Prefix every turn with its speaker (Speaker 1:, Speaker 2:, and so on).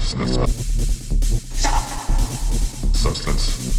Speaker 1: Substance.